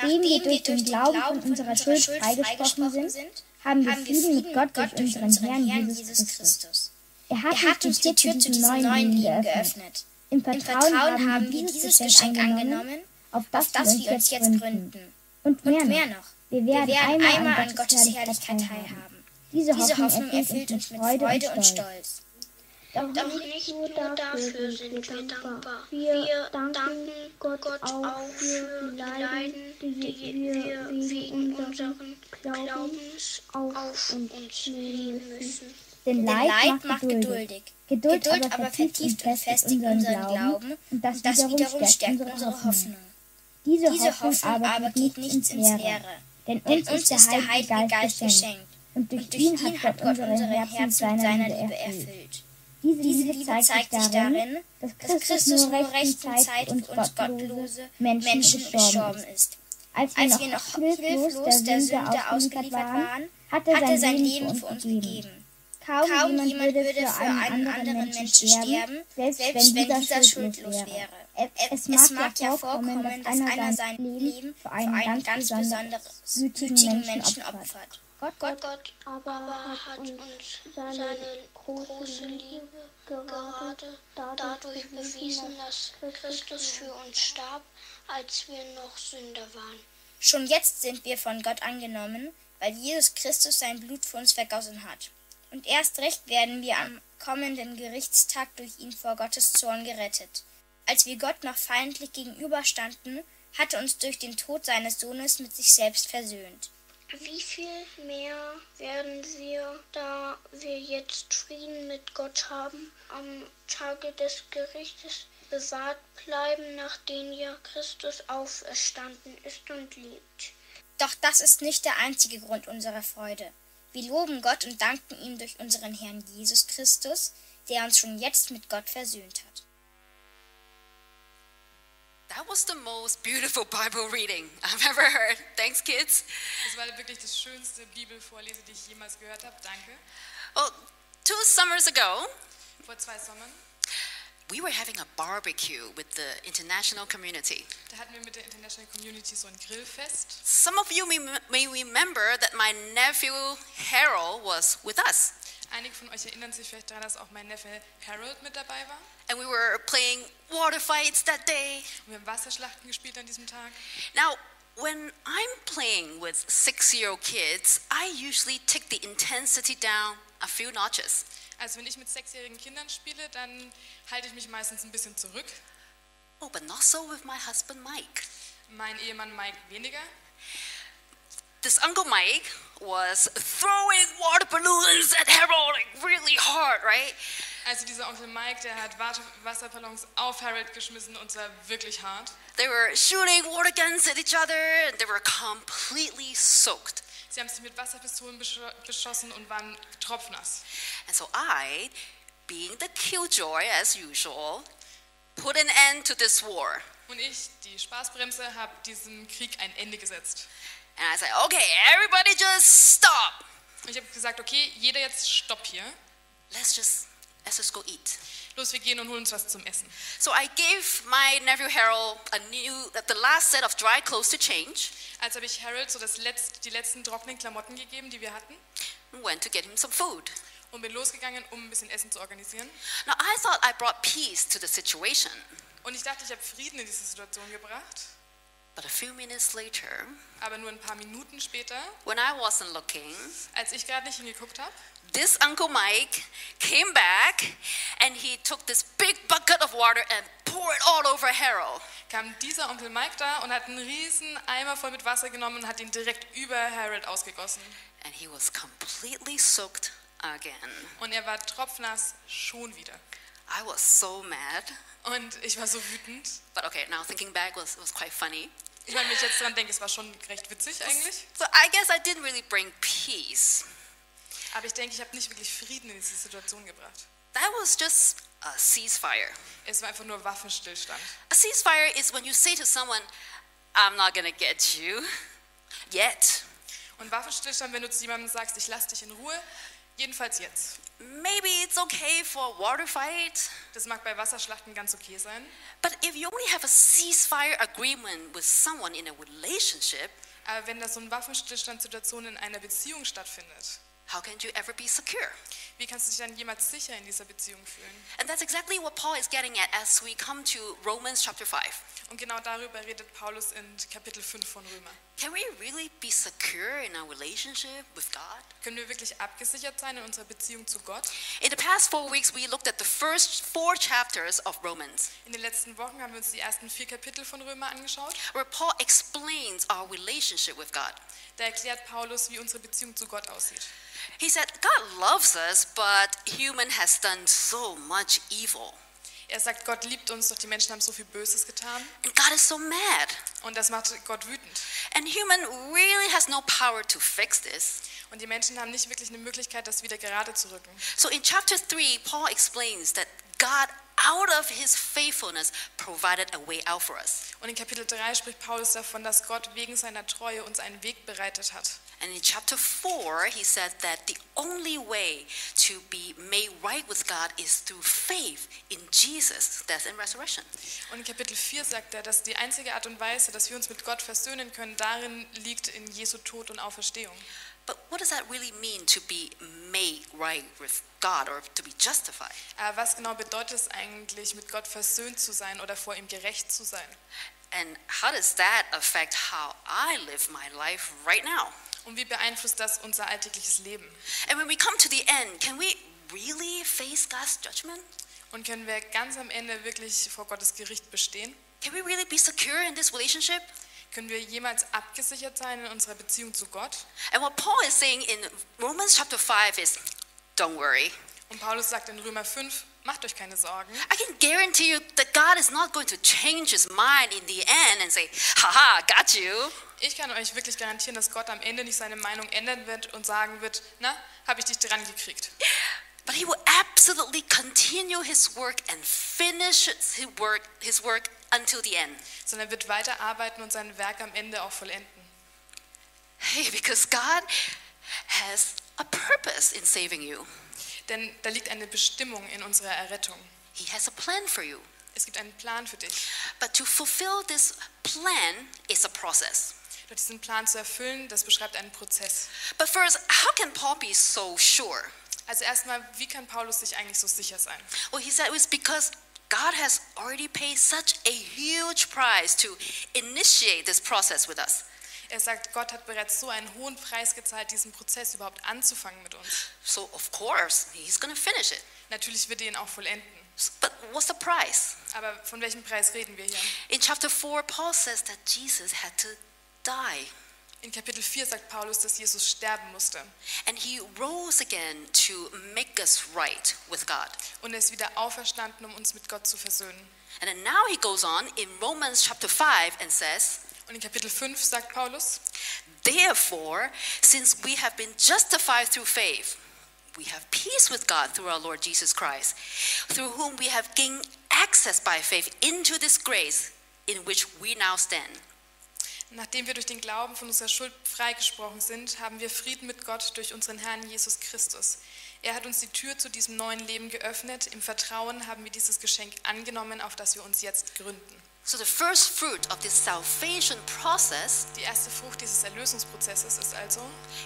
durch den Glauben von unserer Schuld freigesprochen sind, haben wir Frieden mit Gott durch unseren Herrn Jesus Christus. Er hat uns durch die Tür zu diesem neuen Leben geöffnet. Im Vertrauen haben wir dieses Geschenk angenommen, auf das wir uns jetzt gründen. Und mehr Und mehr noch. noch, Wir wir werden werden einmal an Gottes Herrlichkeit Herrlichkeit teilhaben. teilhaben. Diese Diese Hoffnung erfüllt uns mit Freude und Stolz. Doch nicht nur dafür sind wir dankbar. Wir danken Gott auch für die Leiden, die wir wegen unseren Glaubens auf uns nehmen müssen. Denn Denn Leid macht geduldig. Geduld, aber vertieft und festigt unseren Glauben und das wiederum stärkt unsere Hoffnung. Diese Hoffnung aber geht nichts ins Leere, Denn denn uns ist der Heilige Geist geschenkt Und durch, und durch ihn hat Gott unsere Herzen mit seiner Liebe erfüllt. erfüllt. Diese Liebe zeigt sich darin, dass dass Christus nur recht und Zeit für uns gottlose Menschen gestorben ist. Als Als wir noch hilflos der Sünde ausgeliefert waren, hat hat er sein Leben für uns gegeben. Kaum, Kaum jemand würde für einen anderen Menschen sterben, selbst wenn dieser schuldlos wäre. Es es mag ja vorkommen, dass einer sein Leben für einen ganz besonders gütigen Menschen opfert. Gott, Gott aber hat uns seine große Liebe gerade dadurch bewiesen, dass Christus für uns starb, als wir noch Sünder waren. Schon jetzt sind wir von Gott angenommen, weil Jesus Christus sein Blut für uns vergossen hat. Und erst recht werden wir am kommenden Gerichtstag durch ihn vor Gottes Zorn gerettet. Als wir Gott noch feindlich gegenüberstanden, hat er uns durch den Tod seines Sohnes mit sich selbst versöhnt. Wie viel mehr werden wir, da wir jetzt Frieden mit Gott haben, am Tage des Gerichtes bewahrt bleiben, nachdem ja Christus auferstanden ist und lebt? Doch das ist nicht der einzige Grund unserer Freude. Wir loben Gott und danken ihm durch unseren Herrn Jesus Christus, der uns schon jetzt mit Gott versöhnt hat. That was the most beautiful Bible reading I've ever heard. Thanks, kids. Das war wirklich das schönste Bibelvorlese, die ich jemals gehört habe. Danke. Well, two summers ago, Vor zwei Sommern, we were having a barbecue with the international community. da hatten wir mit der International Community so ein Grillfest. Some of you may, may remember that my nephew Harold was with us, Einige von euch erinnern sich vielleicht daran, dass auch mein Neffe Harold mit dabei war. and we were playing water fights that day. Und wir haben Wasserschlachten gespielt an diesem Tag. Now, when I'm playing with six year old kids, I usually take the intensity down a few notches. Also wenn ich mit sechsjährigen Kindern spiele, dann halte ich mich meistens ein bisschen zurück. Oh, but not so with my husband Mike. Mein Ehemann Mike weniger. This Uncle Mike was throwing water balloons at Harold like really hard, right? Also dieser Onkel Mike, der hat Warte- Wasserballons auf Harold geschmissen und zwar wirklich hart. They were shooting water guns at each other, and they were completely soaked. Sie haben sich mit Wasserpistolen besch- beschossen und waren tropfnass. And so I, being the killjoy as usual, put an end to this war. Und ich, die Spaßbremse, habe diesem Krieg ein Ende gesetzt. And I said, okay, everybody just stop. Und ich habe gesagt, okay, jeder jetzt stopp hier. Let's just, let's just go eat. Los, wir gehen und holen uns was zum Essen. So I gave my nephew Harold a new, the last set of dry clothes to change Also habe ich Harold so das Letz-, die letzten trockenen Klamotten gegeben, die wir hatten. and went to get him some food. Und bin losgegangen, um ein bisschen Essen zu organisieren. Now, I thought I brought peace to the situation, Und ich dachte, ich habe Frieden in diese Situation gebracht. but a few minutes later, Aber nur ein paar Minuten später, when I wasn't looking, als ich gerade nicht hingeguckt habe, this Uncle Mike came back and he took this big bucket of water and poured it all over Harold. kam dieser Onkel Mike da und hat einen riesen Eimer voll mit Wasser genommen und hat ihn direkt über Harold ausgegossen. And he was completely soaked again. Und er war tropfnass schon wieder. I was so mad. Und ich war so wütend. But okay, now thinking back was, was quite funny. Ich meine, wenn ich jetzt dran denke, es war schon recht witzig eigentlich. So I guess I didn't really bring peace. Aber ich denke, ich habe nicht wirklich Frieden in diese Situation gebracht. That was just a ceasefire. Es war einfach nur Waffenstillstand. A ceasefire is when you say to someone, I'm not gonna get you yet. Und Waffenstillstand, wenn du zu jemandem sagst, ich lass dich in Ruhe, Jedenfalls jetzt. Maybe it's okay for a water fight, Das mag bei Wasserschlachten ganz okay sein. but if you only have a ceasefire agreement with someone in a relationship, Aber wenn das so eine Waffenstillstandssituation in einer Beziehung stattfindet, how can you ever be secure? wie kannst du dich dann jemals sicher in dieser Beziehung fühlen? And that's exactly what Paul is getting at as we come to Romans chapter 5. Und genau darüber redet Paulus in Kapitel 5 von Römer. Can we really be secure in our relationship with God? Können wir wirklich abgesichert sein in unserer Beziehung zu Gott? In the past four weeks, we looked at the first four chapters of Romans, In den letzten Wochen haben wir uns die ersten vier Kapitel von Römer angeschaut. where Paul explains our relationship with God. Da erklärt Paulus, wie unsere Beziehung zu Gott aussieht. He said, God loves us, but human has done so much evil. Er sagt, Gott liebt uns, doch die Menschen haben so viel Böses getan. And God is so mad. Und das macht Gott wütend. And human really has no power to fix this. Und die Menschen haben nicht wirklich eine Möglichkeit, das wieder gerade zu rücken. So in chapter 3, Paul explains that God, out of his faithfulness, provided a way out for us. Und in Kapitel 3 spricht Paulus davon, dass Gott wegen seiner Treue uns einen Weg bereitet hat. And in chapter 4, he said that the only way to be made right with God is through faith in Jesus' death and resurrection. Und in Kapitel 4 sagt er, dass die einzige Art und Weise, dass wir uns mit Gott versöhnen können, darin liegt in Jesu Tod und Auferstehung. But what does that really mean to be made right with God or to be justified? Aber was genau bedeutet es eigentlich, mit Gott versöhnt zu sein oder vor ihm gerecht zu sein? And how does that affect how I live my life right now? Und wie beeinflusst das unser alltägliches Leben? And when we come to the end, can we really face God's judgment? Und können wir ganz am Ende wirklich vor Gottes Gericht bestehen? Can we really be secure in this relationship? Können wir jemals abgesichert sein in unserer Beziehung zu Gott? And what Paul is saying in Romans chapter 5 is don't worry. Und Paulus sagt in Römer 5, macht euch keine Sorgen. I can guarantee you that God is not going to change his mind in the end and say, haha, got you. Ich kann euch wirklich garantieren, dass Gott am Ende nicht seine Meinung ändern wird und sagen wird, na, habe ich dich dran gekriegt. But he will absolutely continue his work and finish his work, his work until the end. Sondern er wird weiterarbeiten und sein Werk am Ende auch vollenden. Hey, because God has a purpose in saving you. Denn da liegt eine Bestimmung in unserer Errettung. He has a plan for you. Es gibt einen Plan für dich. But to fulfill this plan is a process. Doch diesen Plan zu erfüllen, das beschreibt einen Prozess. But first, how can Paul be so sure? Also erstmal, wie kann Paulus sich eigentlich so sicher sein? Well, he said it was because God has already paid such a huge price to initiate this process with us. Er sagt, Gott hat bereits so einen hohen Preis gezahlt, diesen Prozess überhaupt anzufangen mit uns. So, of course, he's going to finish it. Natürlich wird er ihn auch vollenden. S- But what's the price? Aber von welchem Preis reden wir hier? In chapter 4, Paul says that Jesus had to die In Kapitel 4 sagt Paulus, dass Jesus sterben musste. and he rose again to make us right with God. Und er ist wieder auferstanden, um uns mit Gott zu versöhnen. And then now he goes on in Romans chapter 5 and says, Und in Kapitel 5 sagt Paulus, Therefore, since we have been justified through faith, we have peace with God through our Lord Jesus Christ, through whom we have gained access by faith into this grace in which we now stand. nachdem wir durch den Glauben von unserer Schuld freigesprochen sind, haben wir Frieden mit Gott durch unseren Herrn Jesus Christus. Er hat uns die Tür zu diesem neuen Leben geöffnet. Im Vertrauen haben wir dieses Geschenk angenommen, auf das wir uns jetzt gründen. So, the first fruit of this salvation process Die erste Frucht dieses Erlösungsprozesses ist also,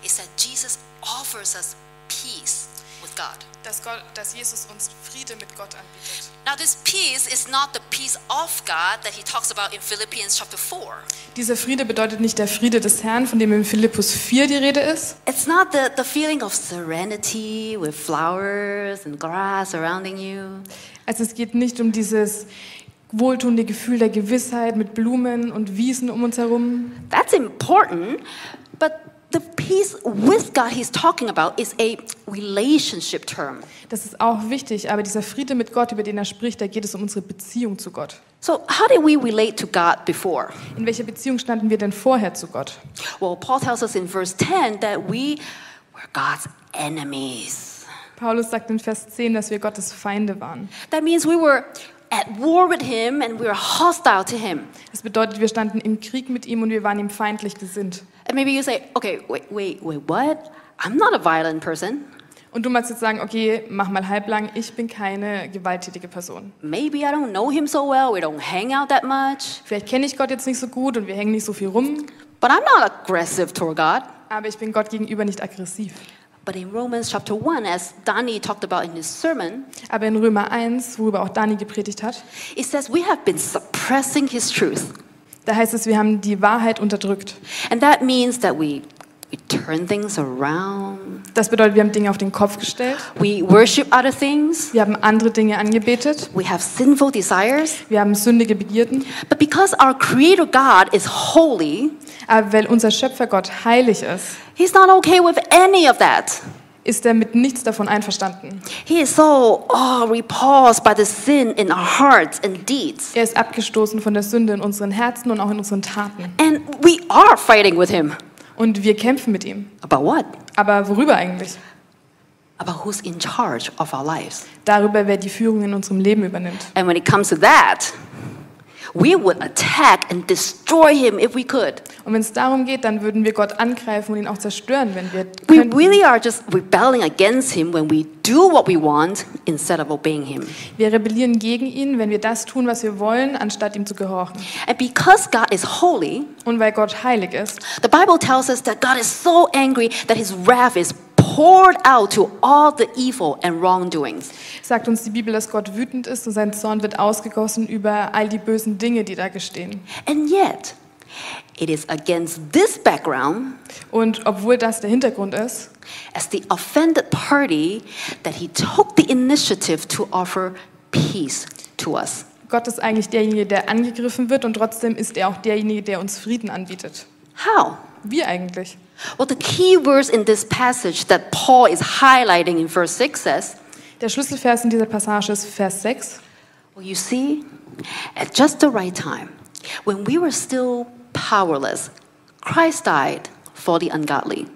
is that Jesus offers us peace with God. dass, Gott, dass Jesus uns Friede mit Gott anbietet. Now, this peace is not the peace of God that he talks about in Philippians chapter 4. Dieser Friede bedeutet nicht der Friede des Herrn, von dem in Philippus 4 die Rede ist. It's not the, the feeling of serenity with flowers and grass surrounding you. Also es geht nicht um dieses wohltuende Gefühl der Gewissheit mit Blumen und Wiesen um uns herum. That's important, but the peace with God he's talking about is a relationship term. Das ist auch wichtig, aber dieser Friede mit Gott, über den er spricht, da geht es um unsere Beziehung zu Gott. So, how did we relate to God before? In welcher Beziehung standen wir denn vorher zu Gott? Well, Paul tells us in verse 10 that we were God's enemies. Paulus sagt in Vers 10, dass wir Gottes Feinde waren. That means we were at war with him and we were hostile to him. Das bedeutet, wir standen im Krieg mit ihm und wir waren ihm feindlich gesinnt. And maybe you say, okay, wait, wait, wait, what? I'm not a violent person. Und du magst jetzt sagen, okay, mach mal halblang, ich bin keine gewalttätige Person. Maybe I don't know him so well, we don't hang out that much, Vielleicht kenne ich Gott jetzt nicht so gut und wir hängen nicht so viel rum, but I'm not aggressive toward God. aber ich bin Gott gegenüber nicht aggressiv. But in Romans chapter 1, as Danny talked about in his sermon, Aber in Römer 1, worüber auch Dani gepredigt hat, it says we have been suppressing his truth. da heißt es, wir haben die Wahrheit unterdrückt. And that means that we, we turn things around, Das bedeutet, wir haben Dinge auf den Kopf gestellt, we worship other things, wir haben andere Dinge angebetet, we have sinful desires. wir haben sündige Begierden. But because our Creator God is holy, Aber weil unser Schöpfergott heilig ist, He's not okay with any of that. ist er mit nichts davon einverstanden. He is so oh, repulsed by the sin in our hearts and deeds. Er ist abgestoßen von der Sünde in unseren Herzen und auch in unseren Taten. And we are fighting with Him. Und wir kämpfen mit ihm. About what? Aber worüber eigentlich? About who's in charge of our lives. Darüber, wer die Führung in unserem Leben übernimmt. And when it comes to that, we would attack and destroy Him if we could. Und wenn es darum geht, dann würden wir Gott angreifen und ihn auch zerstören, wenn wir We könnten. really are just rebelling against Him when we do what we want instead of obeying Him. Wir rebellieren gegen ihn, wenn wir das tun, was wir wollen, anstatt ihm zu gehorchen. And because God is holy, Und weil Gott heilig ist, The Bible tells us that God is so angry that his wrath is poured out to all the evil and wrongdoings. sagt uns die Bibel, dass Gott wütend ist und sein Zorn wird ausgegossen über all die bösen Dinge, die da geschehen. And yet, it is against this background, Und obwohl das der Hintergrund ist, as the offended party, that he took the initiative to offer peace to us. Gott ist eigentlich derjenige, der angegriffen wird und trotzdem ist er auch derjenige, der uns Frieden anbietet. How? Wir eigentlich. Well, the key words in this passage that Paul is highlighting in verse 6 says, Der Schlüsselvers in dieser Passage ist Vers 6. Well, you see, at just the right time, when we were still powerless, Christ died for the ungodly.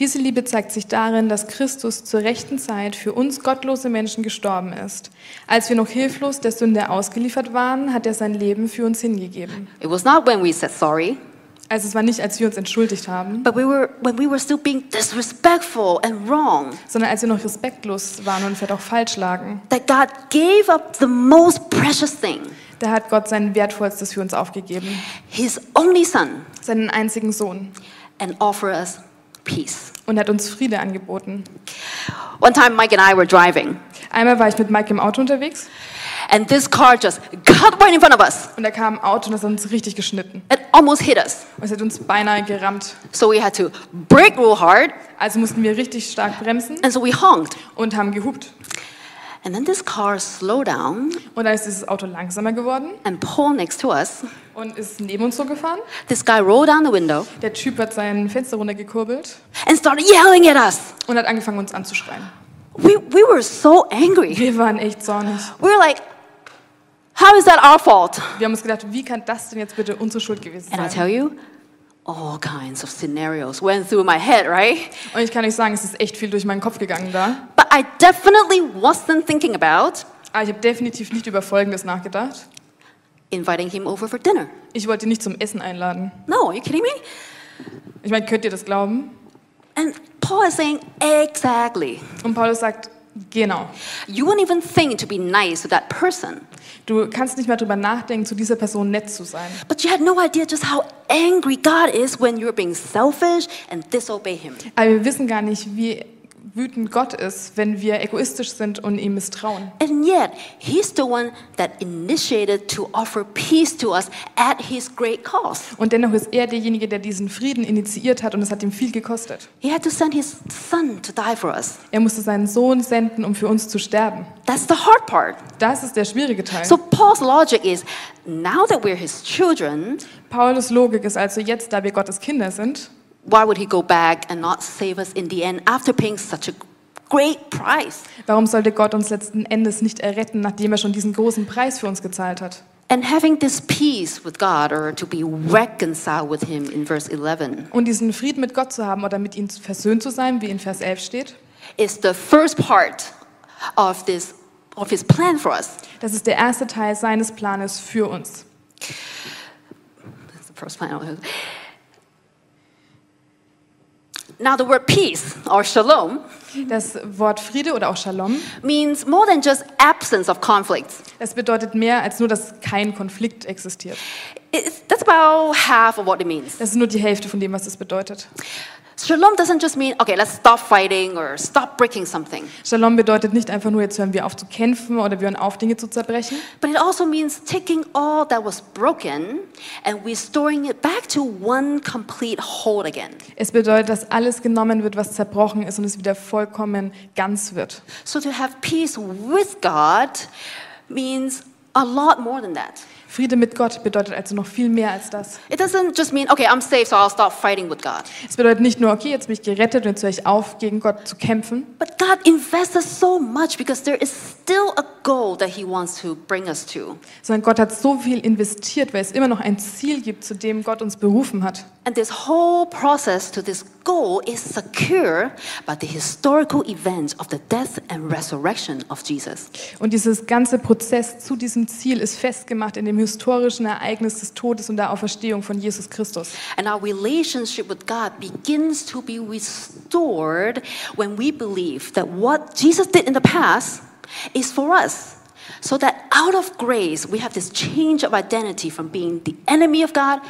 Diese Liebe zeigt sich darin, dass Christus zur rechten Zeit für uns gottlose Menschen gestorben ist. Als wir noch hilflos der Sünde ausgeliefert waren, hat er sein Leben für uns hingegeben. It was not when we said sorry, Also es war nicht, als wir uns entschuldigt haben, but we were when we were still being disrespectful and wrong sondern als wir noch respektlos waren und vielleicht auch falsch lagen. that God gave up the most precious thing, Da hat Gott sein Wertvollstes für uns aufgegeben, his only son, seinen einzigen Sohn, and offer us peace. und hat uns Friede angeboten. One time Mike and I were driving, Einmal war ich mit Mike im Auto unterwegs and this car just cut right in front of us und da kam ein Auto und das hat uns richtig geschnitten. and almost hit us. Und es hat uns beinahe gerammt. So we had to brake real hard, Also mussten wir richtig stark bremsen and so we honked. und haben gehupt. And then this car slowed down Und dann ist dieses Auto langsamer geworden and pulled next to us. und ist neben uns so gefahren. This guy rolled down the window Der Typ hat sein Fenster runtergekurbelt and started yelling at us. und hat angefangen, uns anzuschreien. We, we were so angry. Wir waren echt zornig. We were like, how is that our fault? Wir haben uns gedacht, wie kann das denn jetzt bitte unsere Schuld gewesen And I sein? tell you, all kinds of scenarios went through my head, right? Und ich kann euch sagen, es ist echt viel durch meinen Kopf gegangen da. But I definitely wasn't thinking about Aber ich habe definitiv nicht über Folgendes nachgedacht. inviting him over for dinner. Ich wollte ihn nicht zum Essen einladen. No, are you kidding me? Ich meine, könnt ihr das glauben? And Paul is saying, exactly. Und Paulus sagt, genau. You wouldn't even think to be nice to that person, Du kannst nicht mal drüber nachdenken, zu dieser Person nett zu sein. but you had no idea just how angry God is when you're being selfish and disobey him. Aber wir wissen gar nicht, wie wütend Gott ist, wenn wir egoistisch sind und ihm misstrauen. And yet, he's the one that initiated to offer peace to us at his great cost. Und dennoch ist er derjenige, der diesen Frieden initiiert hat und es hat ihm viel gekostet. He had to send his son to die for us. Er musste seinen Sohn senden, um für uns zu sterben. That's the hard part. Das ist der schwierige Teil. So Paul's logic is now that we're his children, Paulus Logik ist also jetzt, da wir Gottes Kinder sind, why would he go back and not save us in the end after paying such a great price? warum sollte Gott uns letzten Endes nicht erretten, nachdem er schon diesen großen Preis für uns gezahlt hat? And having this peace with God or to be reconciled with him in verse 11 Und diesen Frieden mit Gott zu haben oder mit ihm versöhnt zu sein, wie in Vers 11 steht, is the first part of this of his plan for us. das ist der erste Teil seines Planes für uns. That's the first plan. Now, the word peace or shalom Das Wort Friede oder auch Shalom, means more than just absence of conflicts. das bedeutet mehr als nur, dass kein Konflikt existiert. It's, that's about half of what it means. Das ist nur die Hälfte von dem, was es bedeutet. Shalom doesn't just mean, okay, let's stop fighting or stop breaking something, Shalom bedeutet nicht einfach nur, jetzt hören wir auf zu kämpfen oder wir hören auf, Dinge zu zerbrechen, but it also means taking all that was broken and restoring it back to one complete whole again. Es bedeutet, dass alles genommen wird, was zerbrochen ist und es wieder vollkommen ganz wird. So to have peace with God means a lot more than that. Friede mit Gott bedeutet also noch viel mehr als das. It doesn't just mean, okay, I'm safe, so I'll stop fighting with God. Es bedeutet nicht nur, okay, jetzt bin ich gerettet und jetzt höre ich auf, gegen Gott zu kämpfen, But God invests us so much because there is still a goal that He wants to bring us to. sondern Gott hat so viel investiert, weil es immer noch ein Ziel gibt, zu dem Gott uns berufen hat. And this whole process to this goal is secure by the historical event of the death and resurrection of Jesus. Und dieses ganze Prozess zu diesem Ziel ist festgemacht in dem historischen Ereignis des Todes und der Auferstehung von Jesus Christus. And our relationship with God begins to be restored when we believe that what Jesus did in the past is for us. So that out of grace, we have this change of identity from being the enemy of God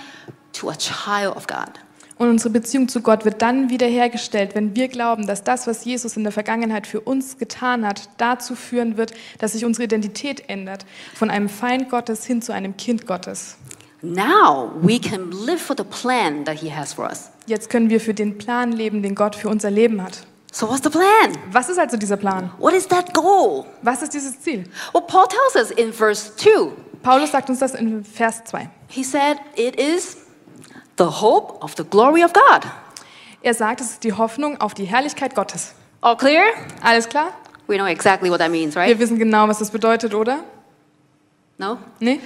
to a child of God. Und unsere Beziehung zu Gott wird dann wiederhergestellt, wenn wir glauben, dass das, was Jesus in der Vergangenheit für uns getan hat, dazu führen wird, dass sich unsere Identität ändert, von einem Feind Gottes hin zu einem Kind Gottes. Now we can live for the plan that He has for us. Jetzt können wir für den Plan leben, den Gott für unser Leben hat. So, what's the plan? Was ist also dieser Plan? What is that goal? Was ist dieses Ziel? Well, Paul tells us in verse 2. Paulus sagt uns das in Vers 2. He said, It is the hope of the glory of God. Er sagt, es ist die Hoffnung auf die Herrlichkeit Gottes. All clear? Alles klar? We know exactly what that means, Wir right? wissen genau, was das bedeutet, oder? No? Nee?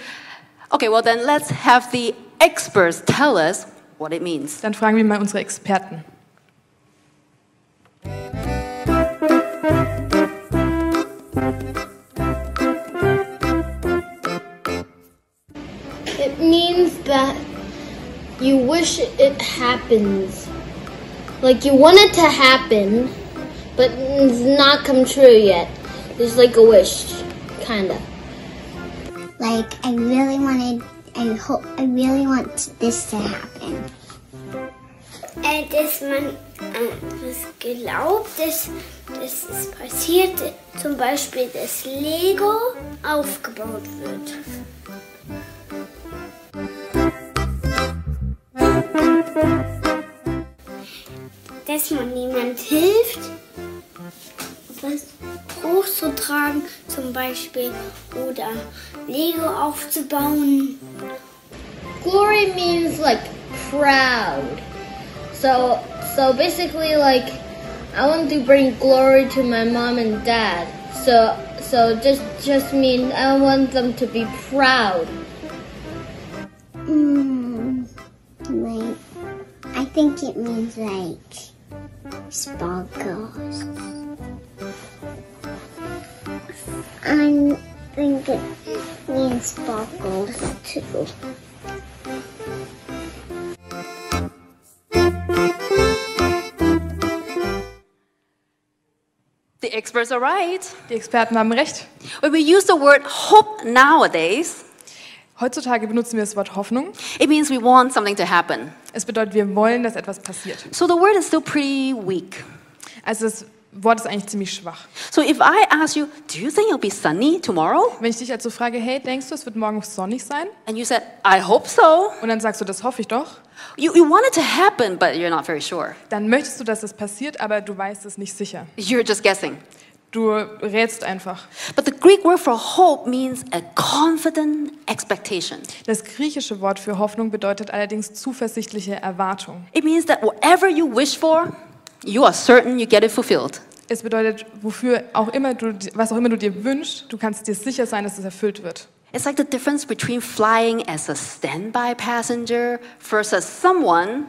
Okay, well, then let's have the experts tell us what it means. Dann fragen wir mal unsere Experten. It means that you wish it happens. Like you want it to happen, but it's not come true yet. It's like a wish, kinda. Like I really wanted I hope I really want this to happen. äh, dass man an was glaubt, dass, dass es passiert, zum Beispiel das Lego aufgebaut wird. Dass man jemand hilft, was hochzutragen, zum Beispiel, oder Lego aufzubauen. Glory means like proud. So so basically like I want to bring glory to my mom and dad. So so just just mean I want them to be proud. Mm, like I think it means like sparkles. I think it means sparkles too. The experts are right. Die Experten haben recht. When we use the word hope nowadays, Heutzutage benutzen wir das Wort Hoffnung. it means we want something to happen. Es bedeutet, wir wollen, dass etwas passiert. So the word is still pretty weak. Also das Wort ist eigentlich ziemlich schwach. So if I ask you, do you think it'll be sunny tomorrow? Wenn ich dich also frage, hey, denkst du, es wird morgen sonnig sein? And you said, I hope so. Und dann sagst du, das hoffe ich doch. You, you want it to happen, but you're not very sure. Dann möchtest du, dass das passiert, aber du weißt es nicht sicher. You're just guessing. Du rätst einfach. But the Greek word for hope means a confident expectation. Das griechische Wort für Hoffnung bedeutet allerdings zuversichtliche Erwartung. It means that whatever you wish for, you are certain you get it fulfilled. Es bedeutet, wofür auch immer du, was auch immer du dir wünschst, du kannst dir sicher sein, dass es erfüllt wird. It's like the difference between flying as a standby passenger versus someone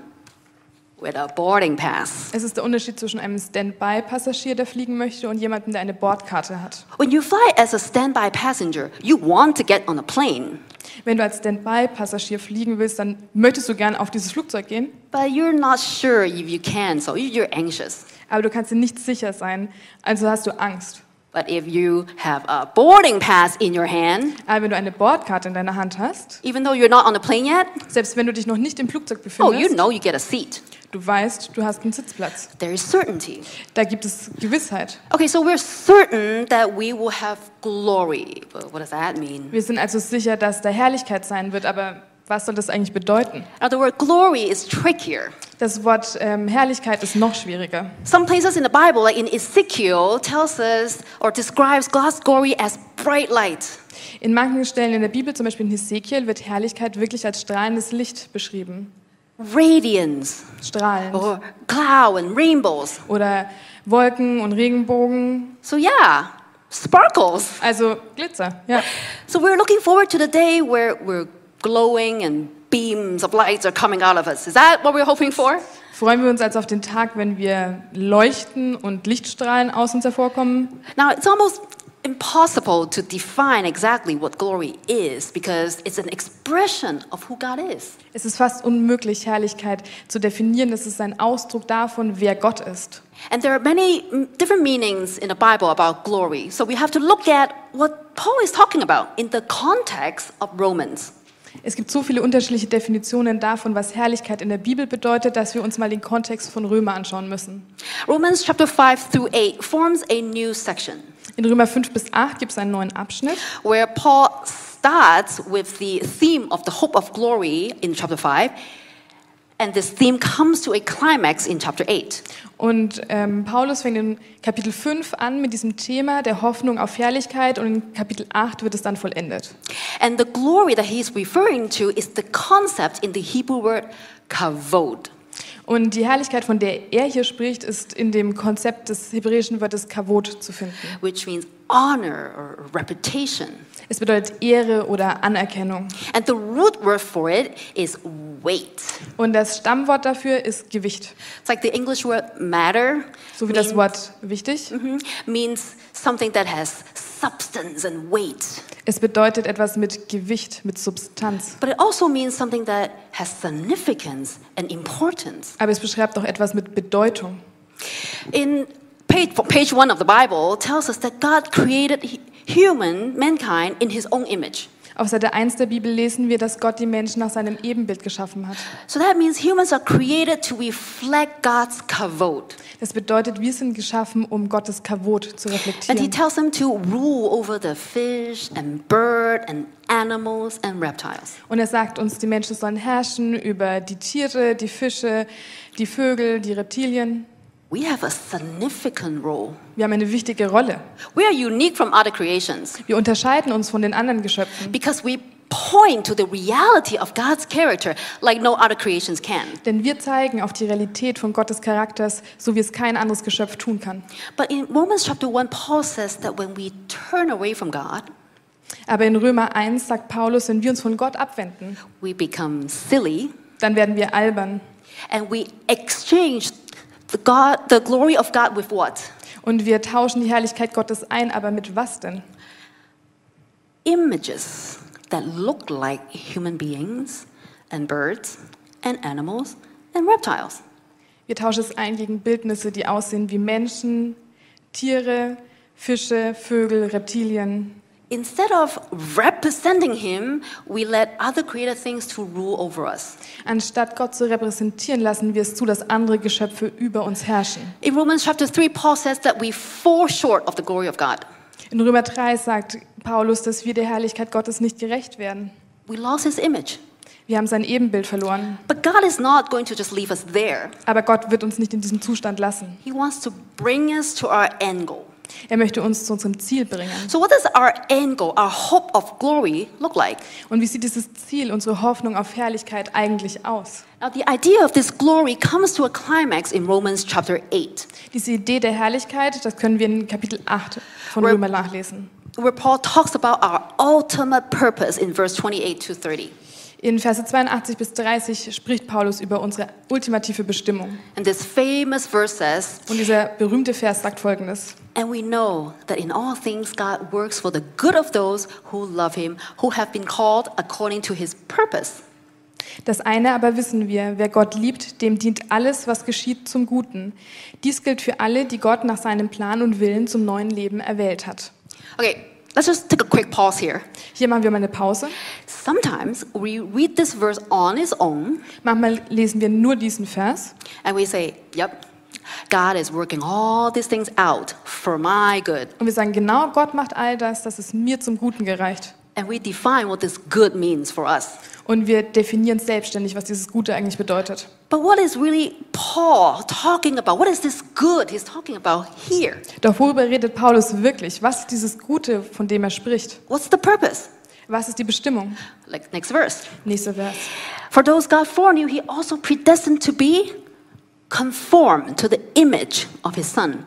with a boarding pass. Es ist der Unterschied zwischen einem Standby-Passagier, der fliegen möchte, und jemandem, der eine Bordkarte hat. When you fly as a standby passenger, you want to get on a plane, Wenn du als Standby-Passagier fliegen willst, dann möchtest du gern auf dieses Flugzeug gehen, but you're not sure if you can, so you're anxious. aber du kannst dir nicht sicher sein, also hast du Angst. But if you have a boarding pass in your hand, Aber wenn du eine Bordkarte in deiner Hand hast, even though you're not on the plane yet, selbst wenn du dich noch nicht im Flugzeug oh, befindest, you know you get a seat. du weißt, du hast einen Sitzplatz. There is certainty. Da gibt es Gewissheit. Okay, so we're certain that we will have glory. But what does that mean? Wir sind also sicher, dass da Herrlichkeit sein wird, aber was soll das eigentlich bedeuten? Now, the word glory is trickier. Das Wort ähm, Herrlichkeit ist noch schwieriger. Some places in the Bible, like in Ezekiel, tells us or describes God's glory as bright light. In manchen Stellen in der Bibel, zum Beispiel in Hesekiel, wird Herrlichkeit wirklich als strahlendes Licht beschrieben. Radiance, Strahlend. or cloud and rainbows. Oder Wolken und Regenbogen, So, yeah, sparkles. also Glitzer. Ja. So, we're looking forward to the day where we're glowing and beams of lights are coming out of us. Is that what we're hoping for? Freuen wir uns also auf den Tag, wenn wir leuchten und Lichtstrahlen aus uns hervorkommen. Now, it's almost impossible to define exactly what glory is because it's an expression of who God is. Es ist fast unmöglich, Herrlichkeit zu definieren. Es ist ein Ausdruck davon, wer Gott ist. And there are many mm, different meanings in the Bible about glory. So we have to look at what Paul is talking about in the context of Romans. Es gibt so viele unterschiedliche Definitionen davon, was Herrlichkeit in der Bibel bedeutet, dass wir uns mal den Kontext von Römer anschauen müssen. Romans chapter 5 through 8 forms a new section In Römer 5 bis 8 gibt es einen neuen Abschnitt. where Paul starts with the theme of the hope of glory in chapter 5. And this theme comes to a climax in chapter 8. Und ähm, Paulus fängt in Kapitel 5 an mit diesem Thema der Hoffnung auf Herrlichkeit und in Kapitel 8 wird es dann vollendet. And the glory that he's referring to is the concept in the Hebrew word kavod. Und die Herrlichkeit, von der er hier spricht, ist in dem Konzept des hebräischen Wortes Kavod zu finden. which means honor or reputation. Es bedeutet Ehre oder Anerkennung. And the root word for it is weight. Und das Stammwort dafür ist Gewicht. It's like the English word matter So wie das Wort wichtig. mhm, means something that has substance and weight, Es bedeutet etwas mit Gewicht, mit Substanz. but it also means something that has significance and importance. Aber es beschreibt auch etwas mit Bedeutung. In page, page one of the Bible tells us that God created hu- human mankind in His own image. Auf Seite 1 der Bibel lesen wir, dass Gott die Menschen nach seinem Ebenbild geschaffen hat. So that means humans are created to reflect God's kavod. Das bedeutet, wir sind geschaffen, um Gottes Kavod zu And he reflektieren. tells them to rule over the fish and bird and animals and reptiles. Und er sagt uns, die Menschen sollen herrschen über die Tiere, die Fische, die Vögel, die Reptilien. We have a significant role. Wir haben eine wichtige Rolle. We are unique from other creations Wir unterscheiden uns von den anderen Geschöpfen, because we point to the reality of God's character like no other creations can. denn wir zeigen auf die Realität von Gottes Charakters, so wie es kein anderes Geschöpf tun kann. But in Romans chapter 1, Paul says that when we turn away from God, Aber in Römer 1 sagt Paulus, wenn wir uns von Gott abwenden, we become silly dann werden wir albern and we exchange the, God, the glory of God with what? und wir tauschen die Herrlichkeit Gottes ein, aber mit was denn? images that look like human beings and birds and animals and reptiles. Wir tauschen es ein gegen Bildnisse, die aussehen wie Menschen, Tiere, Fische, Vögel, Reptilien. Instead of representing him, we let other created things to rule over us. Anstatt Gott zu repräsentieren, lassen wir es zu, dass andere Geschöpfe über uns herrschen. In Romans chapter 3, Paul says that we fall short of the glory of God. In Römer 3 sagt Paulus, dass wir der Herrlichkeit Gottes nicht gerecht werden. We lost his image. Wir haben sein Ebenbild verloren. But God is not going to just leave us there. Aber Gott wird uns nicht in diesem Zustand lassen. He wants to bring us to our end goal. Er möchte uns zu unserem Ziel bringen. So, what does our end goal, our hope of glory, look like? Und wie sieht dieses Ziel, unsere Hoffnung auf Herrlichkeit eigentlich aus? Now, the idea of this glory comes to a climax in Romans chapter 8. Diese Idee der Herrlichkeit, das können wir in Kapitel 8 von Where- Römer nachlesen. where Paul talks about our ultimate purpose in verse 28 to 30. In Verse 82 bis 30 spricht Paulus über unsere ultimative Bestimmung. And this famous verse says, Und dieser berühmte Vers sagt folgendes. And we know that in all things God works for the good of those who love him, who have been called according to his purpose. Das eine aber wissen wir, wer Gott liebt, dem dient alles, was geschieht, zum Guten. Dies gilt für alle, die Gott nach seinem Plan und Willen zum neuen Leben erwählt hat. Okay, let's just take a quick pause here. Hier machen wir mal eine Pause. Sometimes we read this verse on its own Manchmal lesen wir nur diesen Vers and we say, Yep, God is working all these things out for my good. und wir sagen, genau, Gott macht all das, dass es mir zum Guten gereicht. And we define what this good means for us. Und wir definieren selbstständig, was dieses Gute eigentlich bedeutet. But what is really Paul talking about? What is this good he's talking about here? Doch worüber redet Paulus wirklich? Was ist dieses Gute, von dem er spricht? What's the purpose? Was ist die Bestimmung? Like next verse. Nächster Vers. For those God foreknew, he also predestined to be conformed to the image of his son,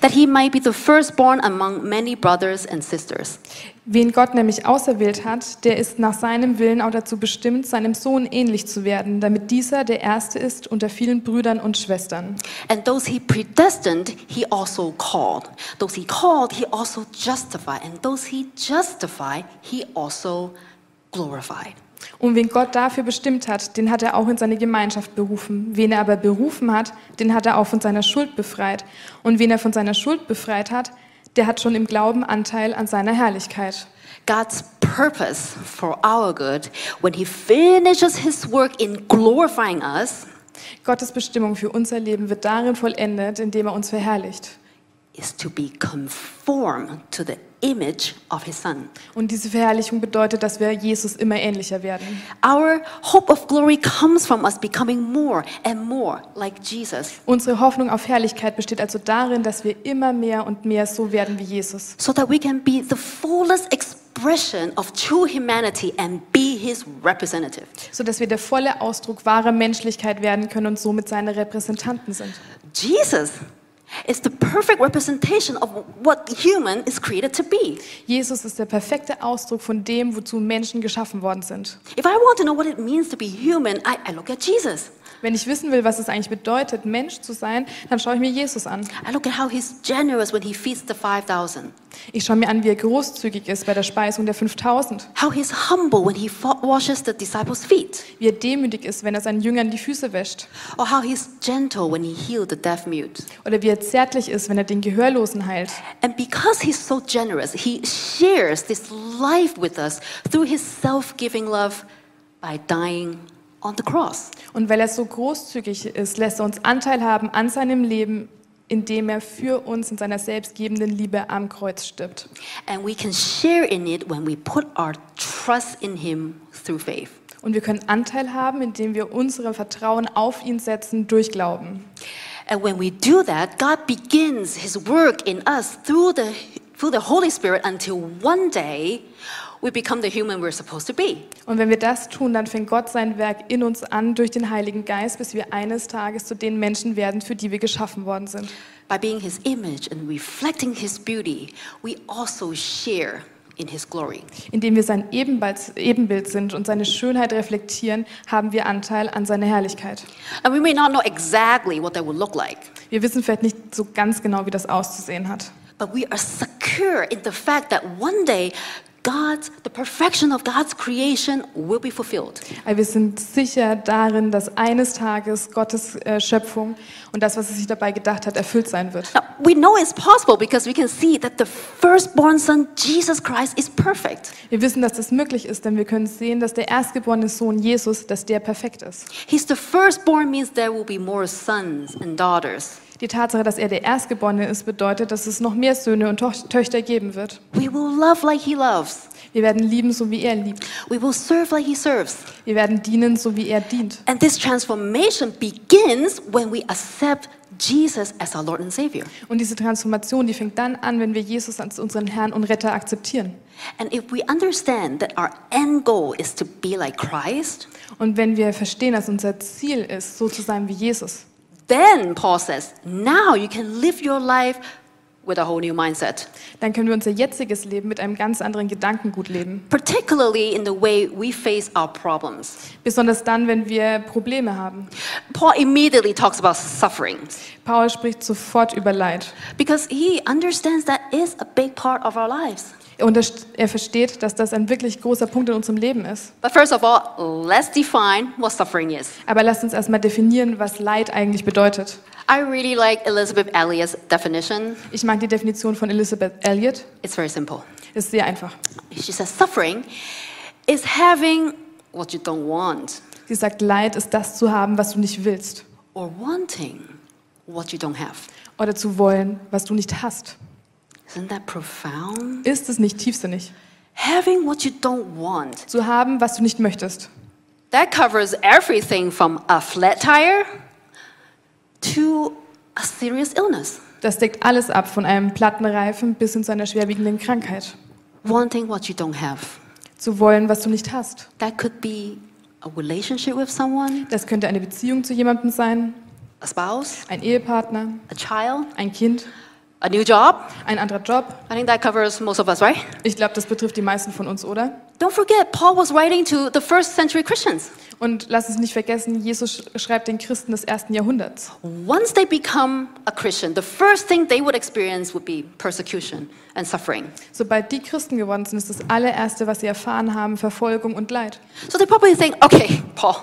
that he might be the firstborn among many brothers and sisters. Wen Gott nämlich auserwählt hat, der ist nach seinem Willen auch dazu bestimmt, seinem Sohn ähnlich zu werden, damit dieser der Erste ist unter vielen Brüdern und Schwestern. And those he predestined, he also called. Those he called, he also justified. And those he justified, he also glorified. Und wen Gott dafür bestimmt hat, den hat er auch in seine Gemeinschaft berufen. Wen er aber berufen hat, den hat er auch von seiner Schuld befreit. Und wen er von seiner Schuld befreit hat, der hat schon im Glauben Anteil an seiner Herrlichkeit. God's purpose for our good, when he finishes his work in glorifying us, Gottes Bestimmung für unser Leben wird darin vollendet, indem er uns verherrlicht. is to be conformed to the image of his son. Und diese Verherrlichung bedeutet, dass wir Jesus immer ähnlicher werden. Our hope of glory comes from us becoming more and more like Jesus Unsere Hoffnung auf Herrlichkeit besteht also darin, dass wir immer mehr und mehr so werden wie Jesus, so that we can be the fullest expression of true humanity and be his representative. sodass wir der volle Ausdruck wahrer Menschlichkeit werden können und somit seine Repräsentanten sind. Jesus is the perfect representation of what human is created to be. Jesus ist der perfekte Ausdruck von dem, wozu Menschen geschaffen worden sind. If I want to know what it means to be human, I, I look at Jesus. Wenn ich wissen will, was es eigentlich bedeutet, Mensch zu sein, dann schaue ich mir Jesus an. I look at how he's generous when he feeds the 5,000, Ich schaue mir an, wie er großzügig ist bei der Speisung der 5000, how he's humble when he fo- washes the disciples' feet, wie er demütig ist, wenn er seinen Jüngern die Füße wäscht, or how he's gentle when he healed the deaf mute. oder wie er zärtlich ist, wenn er den Gehörlosen heilt. And because he's so generous, he shares this life with us through his self giving love by dying on the cross. Und weil er so großzügig ist, lässt er uns Anteil haben an seinem Leben, indem er für uns in seiner selbstgebenden Liebe am Kreuz stirbt. And we can share in it when we put our trust in him through faith. Und wir können Anteil haben, indem wir unser Vertrauen auf ihn setzen durch Glauben. And when we do that, God begins his work in us through the, through the Holy Spirit until one day we become the human we're supposed to be. Und wenn wir das tun, dann fängt Gott sein Werk in uns an durch den Heiligen Geist, bis wir eines Tages zu den Menschen werden, für die wir geschaffen worden sind. By being his image and reflecting his beauty, we also share in his glory. Indem wir sein Ebenbild Ebenbild sind und seine Schönheit reflektieren, haben wir Anteil an seiner Herrlichkeit. And we may not know exactly what that would look like, Wir wissen vielleicht nicht so ganz genau, wie das auszusehen hat. but we are secure in the fact that one day God's, the perfection of God's creation will be fulfilled. Aber wir sind sicher darin, dass eines Tages Gottes äh, Schöpfung und das, was er sich dabei gedacht hat, erfüllt sein wird. Now, we know it's possible because we can see that the firstborn son, Jesus Christ, is perfect. Wir wissen, dass das möglich ist, denn wir können sehen, dass der erstgeborene Sohn Jesus, dass der perfekt ist. He's the firstborn means there will be more sons and daughters. Die Tatsache, dass er der Erstgeborene ist, bedeutet, dass es noch mehr Söhne und Toch- Töchter geben wird. We will love like he loves. Wir werden lieben, so wie er liebt. We will serve like he serves. Wir werden dienen, so wie er dient. And this transformation begins when we accept Jesus as our Lord and Savior. Und diese Transformation, die fängt dann an, wenn wir Jesus als unseren Herrn und Retter akzeptieren. And if we understand that our end goal is to be like Christ, Und wenn wir verstehen, dass unser Ziel ist, so zu sein wie Jesus, then Paul says, now you can live your life with a whole new mindset, dann können wir unser jetziges Leben mit einem ganz anderen Gedankengut leben. particularly in the way we face our problems. Besonders dann, wenn wir Probleme haben. Paul immediately talks about suffering Paul spricht sofort über Leid. because he understands that is a big part of our lives. Und er- er versteht, dass das ein wirklich großer Punkt in unserem Leben ist. But first of all, let's define what suffering is. Aber lasst uns erstmal definieren, was Leid eigentlich bedeutet. I really like Elizabeth Elliot's definition. Ich mag die Definition von Elizabeth Elliot. It's very simple. Ist sehr einfach. She says suffering is having what you don't want Sie sagt, Leid ist das zu haben, was du nicht willst. or wanting what you don't have. Oder zu wollen, was du nicht hast. Isn't that profound? Ist es nicht tiefsinnig? Having what you don't want. Zu haben, was du nicht möchtest. That covers everything from a flat tire to a serious illness. Das deckt alles ab, von einem platten Reifen bis hin zu einer schwerwiegenden Krankheit. Wanting what you don't have. Zu wollen, was du nicht hast. That could be a relationship with someone, Das könnte eine Beziehung zu jemandem sein, a spouse, ein Ehepartner, a child, ein Kind, a new job. ein anderer Job. I think that covers most of us, right? Ich glaube, das betrifft die meisten von uns, oder? Don't forget, Paul was writing to the first century Christians. Und lass uns nicht vergessen, Jesus sch- schreibt den Christen des ersten Jahrhunderts. Once they become a Christian, the first thing they would experience would be persecution and suffering. Sobald die Christen geworden sind, ist das allererste, was sie erfahren haben, Verfolgung und Leid. So they probably think, okay, Paul,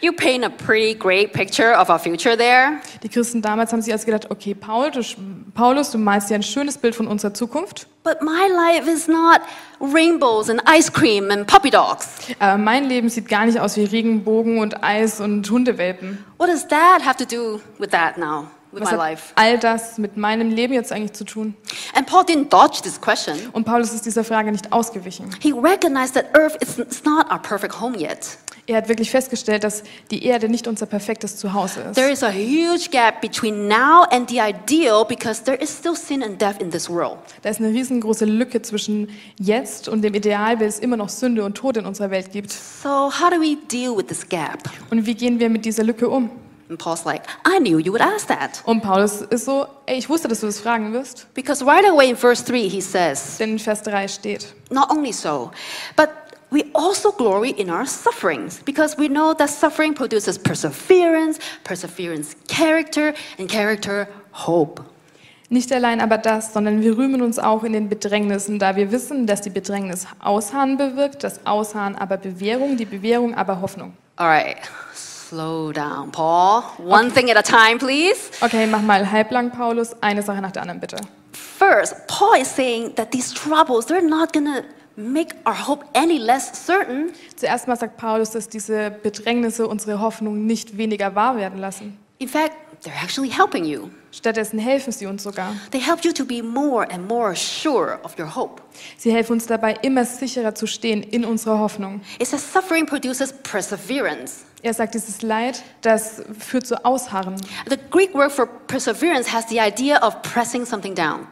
you paint a pretty great picture of our future there. Die Christen damals haben sich also gedacht, okay, Paul, du, sch- Paulus, du malst dir ein schönes Bild von unserer Zukunft, But my life is not rainbows and ice cream and puppy dogs. aber mein Leben sieht gar nicht aus wie Regenbogen und Eis und Hundewelpen. What does that have to do with that now, with Was my hat life? all das mit meinem Leben jetzt eigentlich zu tun? And Paul didn't dodge this question. Und Paulus ist dieser Frage nicht ausgewichen. He recognized that earth is it's not our perfect home yet. Er hat wirklich festgestellt, dass die Erde nicht unser perfektes Zuhause ist. There is a huge gap between now and the ideal because there is still sin and death in this world. Da ist eine riesengroße Lücke zwischen jetzt und dem Ideal, weil es immer noch Sünde und Tod in unserer Welt gibt. So, how do we deal with this gap? Und wie gehen wir mit dieser Lücke um? And Paul's like, I knew you would ask that. Und Paulus ist so, ey, ich wusste, dass du das fragen wirst. Because right away in verse 3, he says, Denn in Vers 3 steht, Not only so, but we also glory in our sufferings because we know that suffering produces perseverance, perseverance, character, and character, hope. nicht allein aber das, sondern wir rühmen uns auch in den Bedrängnissen, da wir wissen, dass die Bedrängnis Ausharren bewirkt, das Ausharren aber Bewährung, die Bewährung aber Hoffnung. All right, slow down, Paul. One thing at a time, please. Okay, mach mal halblang, Paulus, eine Sache nach der anderen bitte. First, Paul is saying that these troubles, they're not going to make our hope any less certain. Zuerst mal sagt Paulus, dass diese Bedrängnisse unsere Hoffnung nicht weniger wahr werden lassen. In fact, they're actually helping you. Stattdessen helfen sie uns sogar. They help you to be more and more sure of your hope. Sie helfen uns dabei, immer sicherer zu stehen in unserer Hoffnung. It says suffering produces perseverance. Er sagt, dieses Leid, das führt zu Ausharren. The Greek word for perseverance has the idea of pressing something down.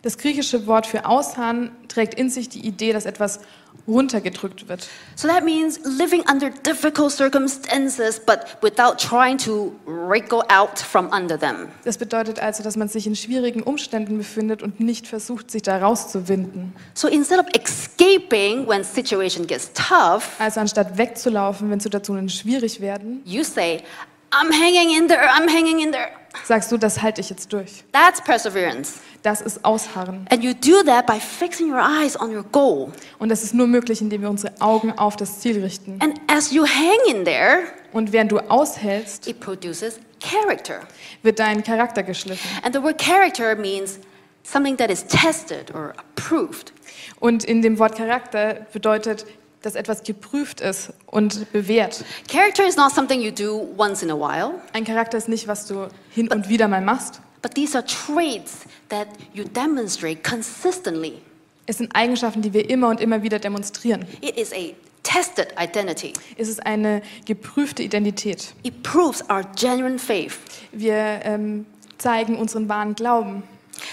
Das griechische Wort für Ausharren trägt in sich die Idee, dass etwas runtergedrückt wird. So that means living under difficult circumstances but without trying to wriggle out from under them. Das bedeutet also, dass man sich in schwierigen Umständen befindet und nicht versucht, sich da rauszuwinden. So instead of escaping when situation gets tough, Also anstatt wegzulaufen, wenn Situationen schwierig werden, you say, I'm hanging in there, I'm hanging in there. sagst du, das halte ich jetzt durch. That's perseverance. Das ist Ausharren. And you do that by fixing your eyes on your goal. Und das ist nur möglich, indem wir unsere Augen auf das Ziel richten. And as you hang in there, Und während du aushältst, it produces character. wird dein Charakter geschliffen. And the word character means something that is tested or approved. Und in dem Wort Charakter bedeutet, dass etwas geprüft ist und bewährt. Character is not something you do once in a while, Ein Charakter ist nicht, was du hin und wieder mal machst. but these are traits that you demonstrate consistently. Es sind Eigenschaften, die wir immer und immer wieder demonstrieren. It is a tested identity. Es ist eine geprüfte Identität. It proves our genuine faith. Wir ähm, zeigen unseren wahren Glauben.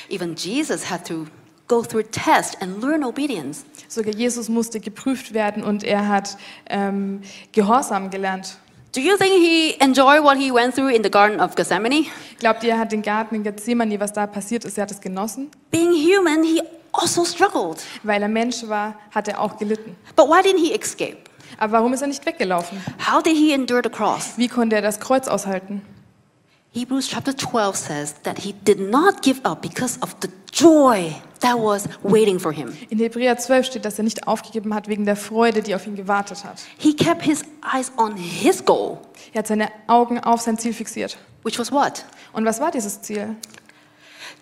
Even Jesus had to go through tests and learn obedience. Sogar Jesus musste geprüft werden und er hat ähm, Gehorsam gelernt. Do you think he enjoyed what he went through in the Garden of Gethsemane? Glaubt ihr, er hat den Garten in Gethsemane, was da passiert ist, er hat es genossen? Being human, he also struggled. Weil er Mensch war, hat er auch gelitten. But why didn't he escape? Aber warum ist er nicht weggelaufen? How did he endure the cross? Wie konnte er das Kreuz aushalten? Hebrews chapter 12 says that he did not give up because of the joy that was waiting for him. In Hebräer 12 steht, dass er nicht aufgegeben hat wegen der Freude, die auf ihn gewartet hat. He kept his eyes on his goal, Er hat seine Augen auf sein Ziel fixiert. which was what? Und was war dieses Ziel?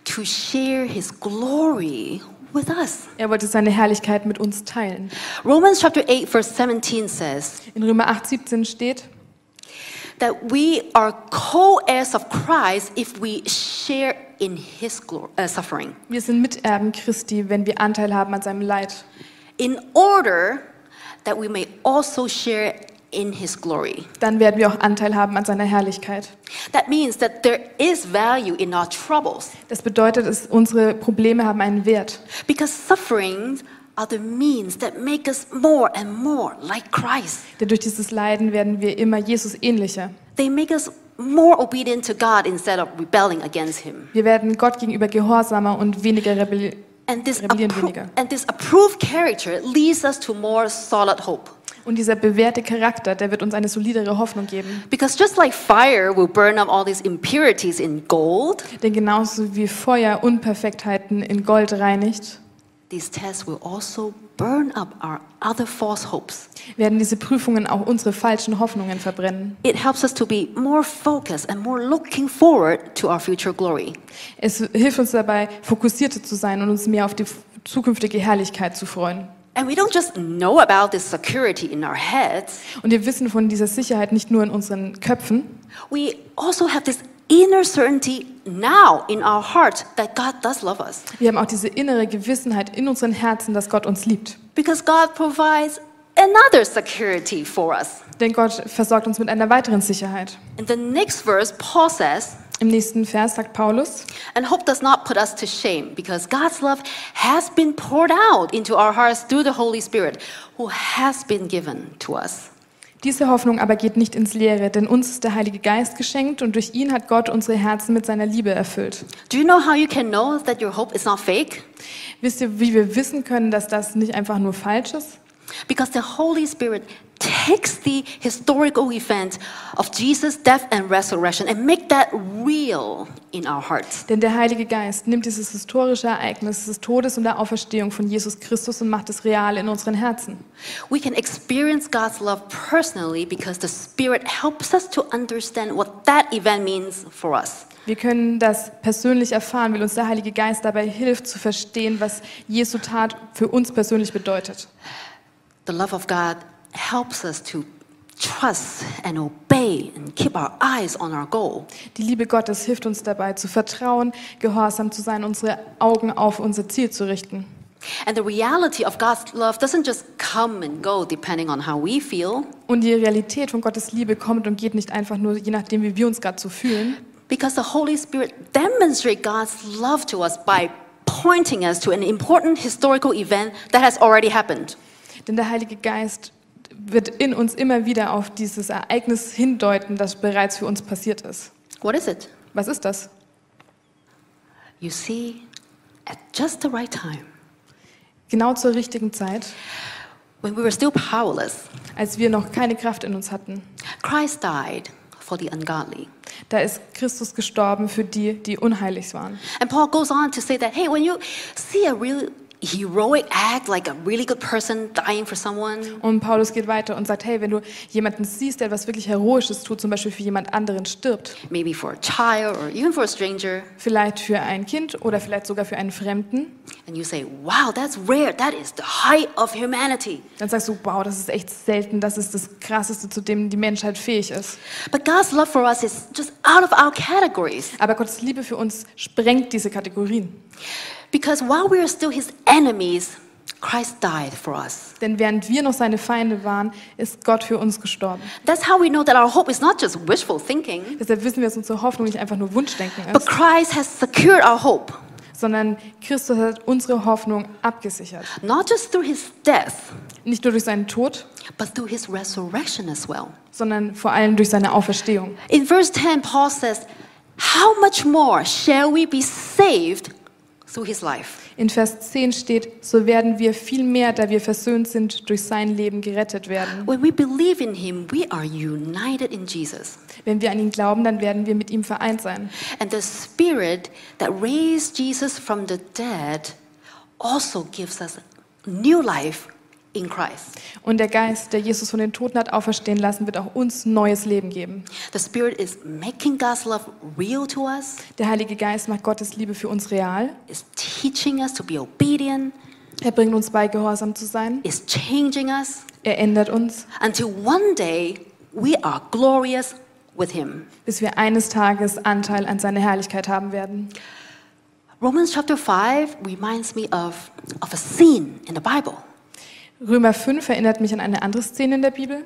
To share his glory with us. Er wollte seine Herrlichkeit mit uns teilen. Romans chapter 8 verse 17 says In Römer 8, 17 steht, that we are co-heirs of Christ if we share in his glor- uh, suffering. wir sind Miterben Christi, wenn wir Anteil haben an seinem Leid. in order that we may also share in his glory. Dann werden wir auch Anteil haben an seiner Herrlichkeit. That means that there is value in our troubles Das bedeutet, es, unsere Probleme haben einen Wert. because sufferings are the means that make us more and more like Christ. Denn durch dieses Leiden werden wir immer Jesus ähnlicher. They make us more obedient to God instead of rebelling against him. Wir werden Gott gegenüber gehorsamer und weniger rebell And this, Rebellieren appro- weniger. and this approved character leads us to more solid hope. Und dieser bewährte Charakter, der wird uns eine solidere Hoffnung geben. Because just like fire will burn up all these impurities in gold, Denn genauso wie Feuer Unperfektheiten in Gold reinigt, these tests will also burn up our other false hopes. werden diese Prüfungen auch unsere falschen Hoffnungen verbrennen. It helps us to be more focused and more looking forward to our future glory. Es hilft uns dabei, fokussierter zu sein und uns mehr auf die f- zukünftige Herrlichkeit zu freuen. And we don't just know about this security in our heads, Und wir wissen von dieser Sicherheit nicht nur in unseren Köpfen, we also have this inner certainty now in our hearts that God does love us. wir haben auch diese innere Gewissenheit in unseren Herzen, dass Gott uns liebt. Because God provides another security for us. Denn Gott versorgt uns mit einer weiteren Sicherheit. In the next verse, Paul says, Im nächsten Vers sagt Paulus, And hope does not put us to shame, because God's love has been poured out into our hearts through the Holy Spirit, who has been given to us. Diese Hoffnung aber geht nicht ins Leere, denn uns ist der Heilige Geist geschenkt und durch ihn hat Gott unsere Herzen mit seiner Liebe erfüllt. Do you know how you can know that your hope is not fake? Wisst ihr, wie wir wissen können, dass das nicht einfach nur falsch ist? Because the Holy Spirit takes the historical event of Jesus' death and resurrection and make that real in our hearts. Denn der Heilige Geist nimmt dieses historische Ereignis des Todes und der Auferstehung von Jesus Christus und macht es real in unseren Herzen. We can experience God's love personally because the Spirit helps us to understand what that event means for us. Wir können das persönlich erfahren, weil uns der Heilige Geist dabei hilft zu verstehen, was Jesu Tat für uns persönlich bedeutet. The love of God helps us to trust and obey and keep our eyes on our goal. Die Liebe Gottes hilft uns dabei zu vertrauen, gehorsam zu sein, unsere Augen auf unser Ziel zu richten. And the reality of God's love doesn't just come and go depending on how we feel. Und die Realität von Gottes Liebe kommt und geht nicht einfach nur je nachdem, wie wir uns gerade so fühlen, Because the Holy Spirit demonstrates God's love to us by pointing us to an important historical event that has already happened. denn der Heilige Geist wird in uns immer wieder auf dieses Ereignis hindeuten, das bereits für uns passiert ist. What is it? Was ist das? You see, at just the right time, Genau zur richtigen Zeit, when we were still powerless, als wir noch keine Kraft in uns hatten, Christ died for the ungodly. da ist Christus gestorben für die, die unheilig waren. And Paul goes on to say that, hey, when you see a real heroic act, like a really good person dying for someone, Und Paulus geht weiter und sagt, hey, wenn du jemanden siehst, der etwas wirklich Heroisches tut, zum Beispiel für jemand anderen stirbt, maybe for a child or even for a stranger, vielleicht für ein Kind oder vielleicht sogar für einen Fremden, and you say, wow, that's rare, that is the height of humanity. Dann sagst du, wow, das ist echt selten, das ist das Krasseste, zu dem die Menschheit fähig ist. But God's love for us is just out of our categories. Aber Gottes Liebe für uns sprengt diese Kategorien. Because while we are still his enemies, Christ died for us. Denn während wir noch seine Feinde waren, ist Gott für uns gestorben. That's how we know that our hope is not just wishful thinking, Deshalb wissen wir, dass unsere Hoffnung nicht einfach nur Wunschdenken but ist, Christ has secured our hope. sondern Christus hat unsere Hoffnung abgesichert. not just through his death, Nicht nur durch seinen Tod, but through his resurrection as well. sondern vor allem durch seine Auferstehung. In verse 10, Paul says, How much more shall we be saved through his life? In Vers 10 steht, so werden wir viel mehr, da wir versöhnt sind, durch sein Leben gerettet werden. When we believe in him, we are united in Jesus. Wenn wir an ihn glauben, dann werden wir mit ihm vereint sein. And the spirit that raised Jesus from the dead also gives us new life in Christ. Und der Geist, der Jesus von den Toten hat auferstehen lassen, wird auch uns neues Leben geben. The spirit is making God's love real to us, Der Heilige Geist macht Gottes Liebe für uns real. is teaching us to be obedient, Er bringt uns bei, gehorsam zu sein. is changing us Er ändert uns, until one day we are glorious with him. bis wir eines Tages Anteil an seiner Herrlichkeit haben werden. Romans chapter 5 reminds me of, of a scene in the Bible. Römer 5 erinnert mich an eine andere Szene in der Bibel.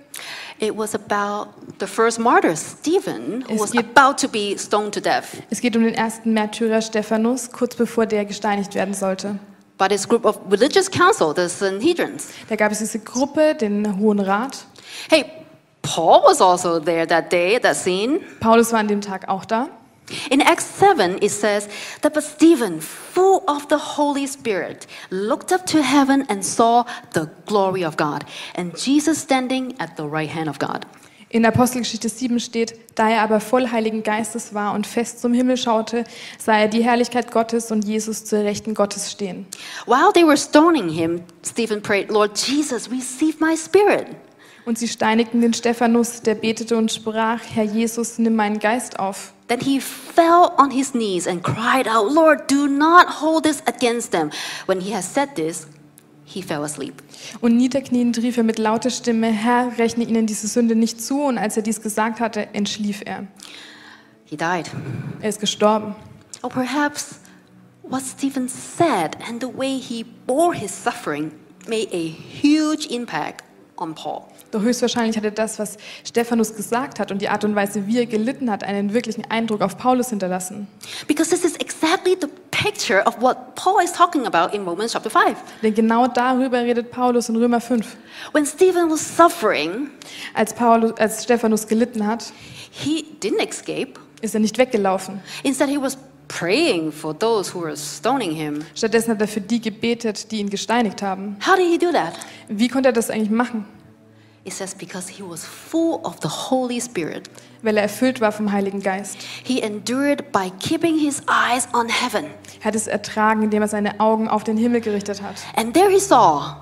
It was about the first martyr, Stephen, who Es was gibt- about to be stoned to death. Es geht um den ersten Märtyrer Stephanus, kurz bevor der gesteinigt werden sollte. But this group of religious council, the Sanhedrins. Da gab es diese Gruppe, den Hohen Rat. Hey, Paul was also there that day, that scene. Paulus war an dem Tag auch da. In Acts 7, it says that but Stephen, full of the Holy Spirit, looked up to heaven and saw the glory of God and Jesus standing at the right hand of God. In Apostelgeschichte 7 steht, da er aber voll Heiligen Geistes war und fest zum Himmel schaute, sah er die Herrlichkeit Gottes und Jesus zur Rechten Gottes stehen. While they were stoning him, Stephen prayed, Lord Jesus, receive my spirit. Und sie steinigten den Stephanus, der betete und sprach, Herr Jesus, nimm meinen Geist auf. Then he fell on his knees and cried out, Lord, do not hold this against them. When he had said this, he fell asleep. Und niederkniend rief er mit lauter Stimme, Herr, rechne ihnen diese Sünde nicht zu. Und als er dies gesagt hatte, entschlief er. He died. Er ist gestorben. Or perhaps what Stephen said and the way he bore his suffering made a huge impact on Paul. Doch höchstwahrscheinlich hatte das, was Stephanus gesagt hat und die Art und Weise, wie er gelitten hat, einen wirklichen Eindruck auf Paulus hinterlassen. Because this is exactly the picture of what Paul is talking about in Romans chapter 5. Denn genau darüber redet Paulus in Römer 5. When Stephen was suffering, Als, Paulus, als Stephanus gelitten hat, he didn't escape. ist er nicht weggelaufen. Instead, he was praying for those who were stoning him. Stattdessen hat er für die gebetet, die ihn gesteinigt haben. How did he do that? Wie konnte er das eigentlich machen? It says, because he was full of the Holy Spirit, Weil er erfüllt war vom Heiligen Geist. he endured by keeping his eyes on heaven. Er hat es ertragen, indem er seine Augen auf den Himmel gerichtet hat. And there he saw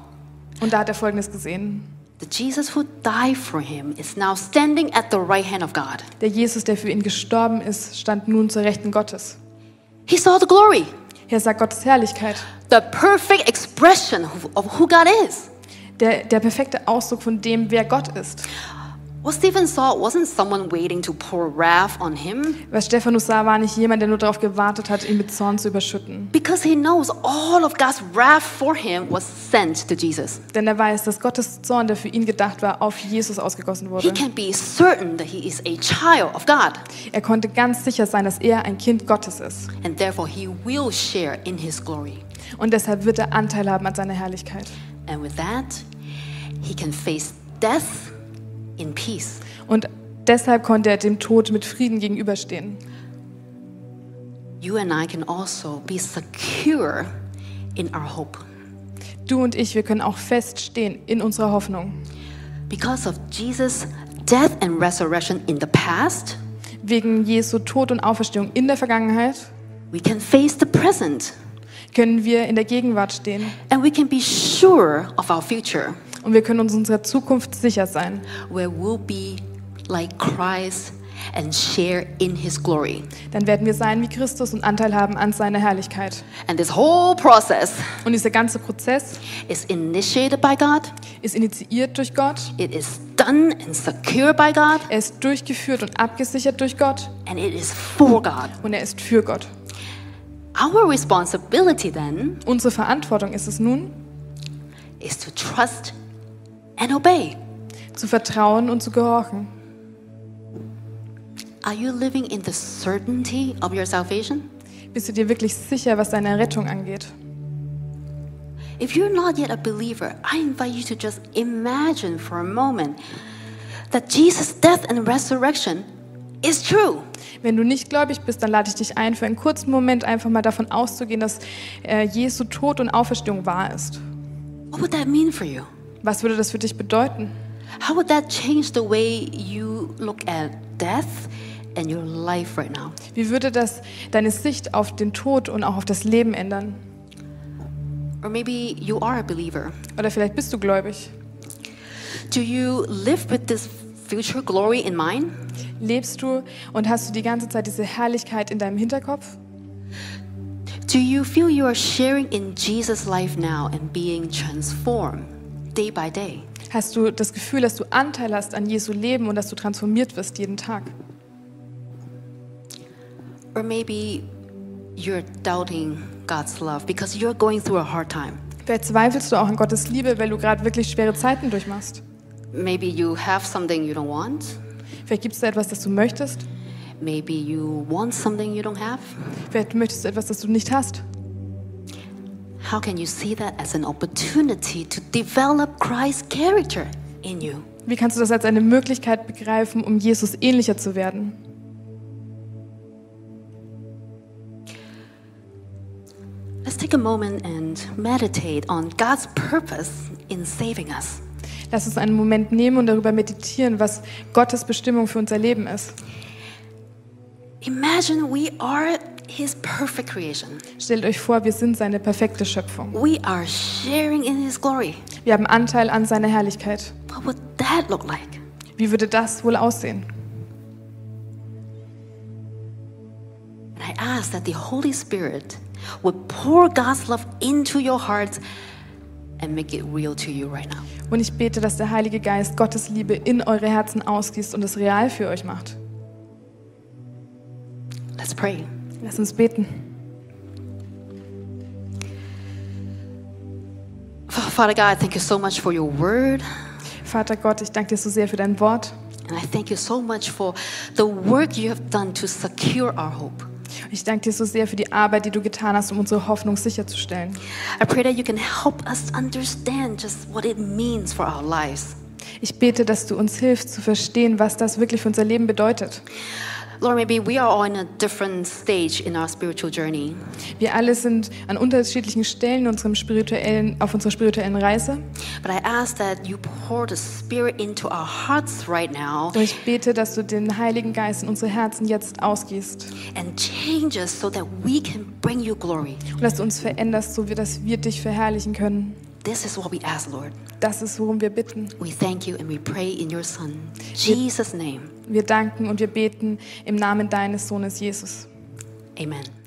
Und da hat er Folgendes gesehen. that Jesus who died for him is now standing at the right hand of God. Der Jesus, der für ihn gestorben ist, stand nun zur Rechten Gottes. He saw the glory, Er sah Gottes Herrlichkeit. the perfect expression of- of who God is. Der, der perfekte Ausdruck von dem, wer Gott ist. What Stephen saw wasn't someone waiting to pour wrath on him, Was Stephanus sah, war nicht jemand, der nur darauf gewartet hat, ihn mit Zorn zu überschütten. because he knows all of God's wrath for him was sent to Jesus. Denn er weiß, dass Gottes Zorn, der für ihn gedacht war, auf Jesus ausgegossen He wurde. can be certain that he is a child of God, Er konnte ganz sicher sein, dass er ein Kind Gottes ist. and therefore he will share in his glory. Und deshalb wird er Anteil haben an seiner Herrlichkeit. And with that, he can face death in peace. Und deshalb konnte er dem Tod mit Frieden gegenüberstehen. You and I can also be secure in our hope. Du und ich, wir können auch feststehen in unserer Hoffnung. Because of Jesus' death and resurrection in the past, Wegen Jesu Tod und Auferstehung in der Vergangenheit we can face the present können wir in der Gegenwart stehen and we can be sure of our future, und wir können uns unserer Zukunft sicher sein, where we'll be like Christ and share in his glory. dann werden wir sein wie Christus und Anteil haben an seiner Herrlichkeit. And this whole process Und dieser ganze Prozess is initiated by God, ist initiiert durch Gott, it is done and secured by God, er ist durchgeführt und abgesichert durch Gott and it is for God. und er ist für Gott. Our responsibility then Unsere Verantwortung ist es nun, is to trust and obey. zu vertrauen und zu gehorchen. Are you living in the certainty of your salvation? Bist du dir wirklich sicher, was deine Rettung angeht? If you're not yet a believer, I invite you to just imagine for a moment that Jesus' death and resurrection is true. Wenn du nicht gläubig bist, dann lade ich dich ein, für einen kurzen Moment einfach mal davon auszugehen, dass äh, Jesu Tod und Auferstehung wahr ist. What would that mean for you? Was würde das für dich bedeuten? How would that change the way you look at death and your life right now? Wie würde das deine Sicht auf den Tod und auch auf das Leben ändern? Or maybe you are a believer. Oder vielleicht bist du gläubig. Do you live with this future glory in mind? Lebst du und hast du die ganze Zeit diese Herrlichkeit in deinem Hinterkopf? Do you feel you are sharing in Jesus' life now and being transformed day by day? Hast du das Gefühl, dass du Anteil hast an Jesu Leben und dass du transformiert wirst jeden Tag? Or maybe you're doubting God's love because you're going through a hard time. Vielleicht zweifelst du auch an Gottes Liebe, weil du gerade wirklich schwere Zeiten durchmachst. Maybe you have something you don't want. Vielleicht gibt es da etwas, das du möchtest. Maybe you want something you don't have. Vielleicht möchtest du etwas, das du nicht hast. How can you see that as an opportunity to develop Christ's character in you? Wie kannst du das als eine Möglichkeit begreifen, um Jesus ähnlicher zu werden? Let's take a moment and meditate on God's purpose in saving us. Lass uns einen Moment nehmen und darüber meditieren, was Gottes Bestimmung für unser Leben ist. Imagine we are His perfect creation. Stellt euch vor, wir sind seine perfekte Schöpfung. We are sharing in His glory. Wir haben Anteil an seiner Herrlichkeit. What would that look like? Wie würde das wohl aussehen? And I ask that the Holy Spirit would pour God's love into your hearts and make it real to you right now. Und ich bete, dass der Heilige Geist Gottes Liebe in eure Herzen ausgießt und es real für euch macht. Let's pray. Lass uns beten. Father God, I thank you so much for your word, Vater Gott, ich danke dir so sehr für dein Wort. and I thank you so much for the work you have done to secure our hope. Ich danke dir so sehr für die Arbeit, die du getan hast, um unsere Hoffnung sicherzustellen. I pray that you can help us understand just what it means for our lives. Ich bete, dass du uns hilfst zu verstehen, was das wirklich für unser Leben bedeutet. Lord, maybe we are all in a different stage in our spiritual journey. Wir alle sind an unterschiedlichen Stellen unserem spirituellen, auf unserer spirituellen Reise. But I ask that you pour the Spirit into our hearts right now Und ich bete, dass du den Heiligen Geist in unsere Herzen jetzt ausgießt. and change us so that we can bring you glory. Und dass du uns veränderst, so wie dass wir dich verherrlichen können. This is what we ask, Lord. Das ist, worum wir bitten. We thank you and we pray in your Son, Jesus' name. Wir danken und wir beten im Namen deines Sohnes Jesus. Amen.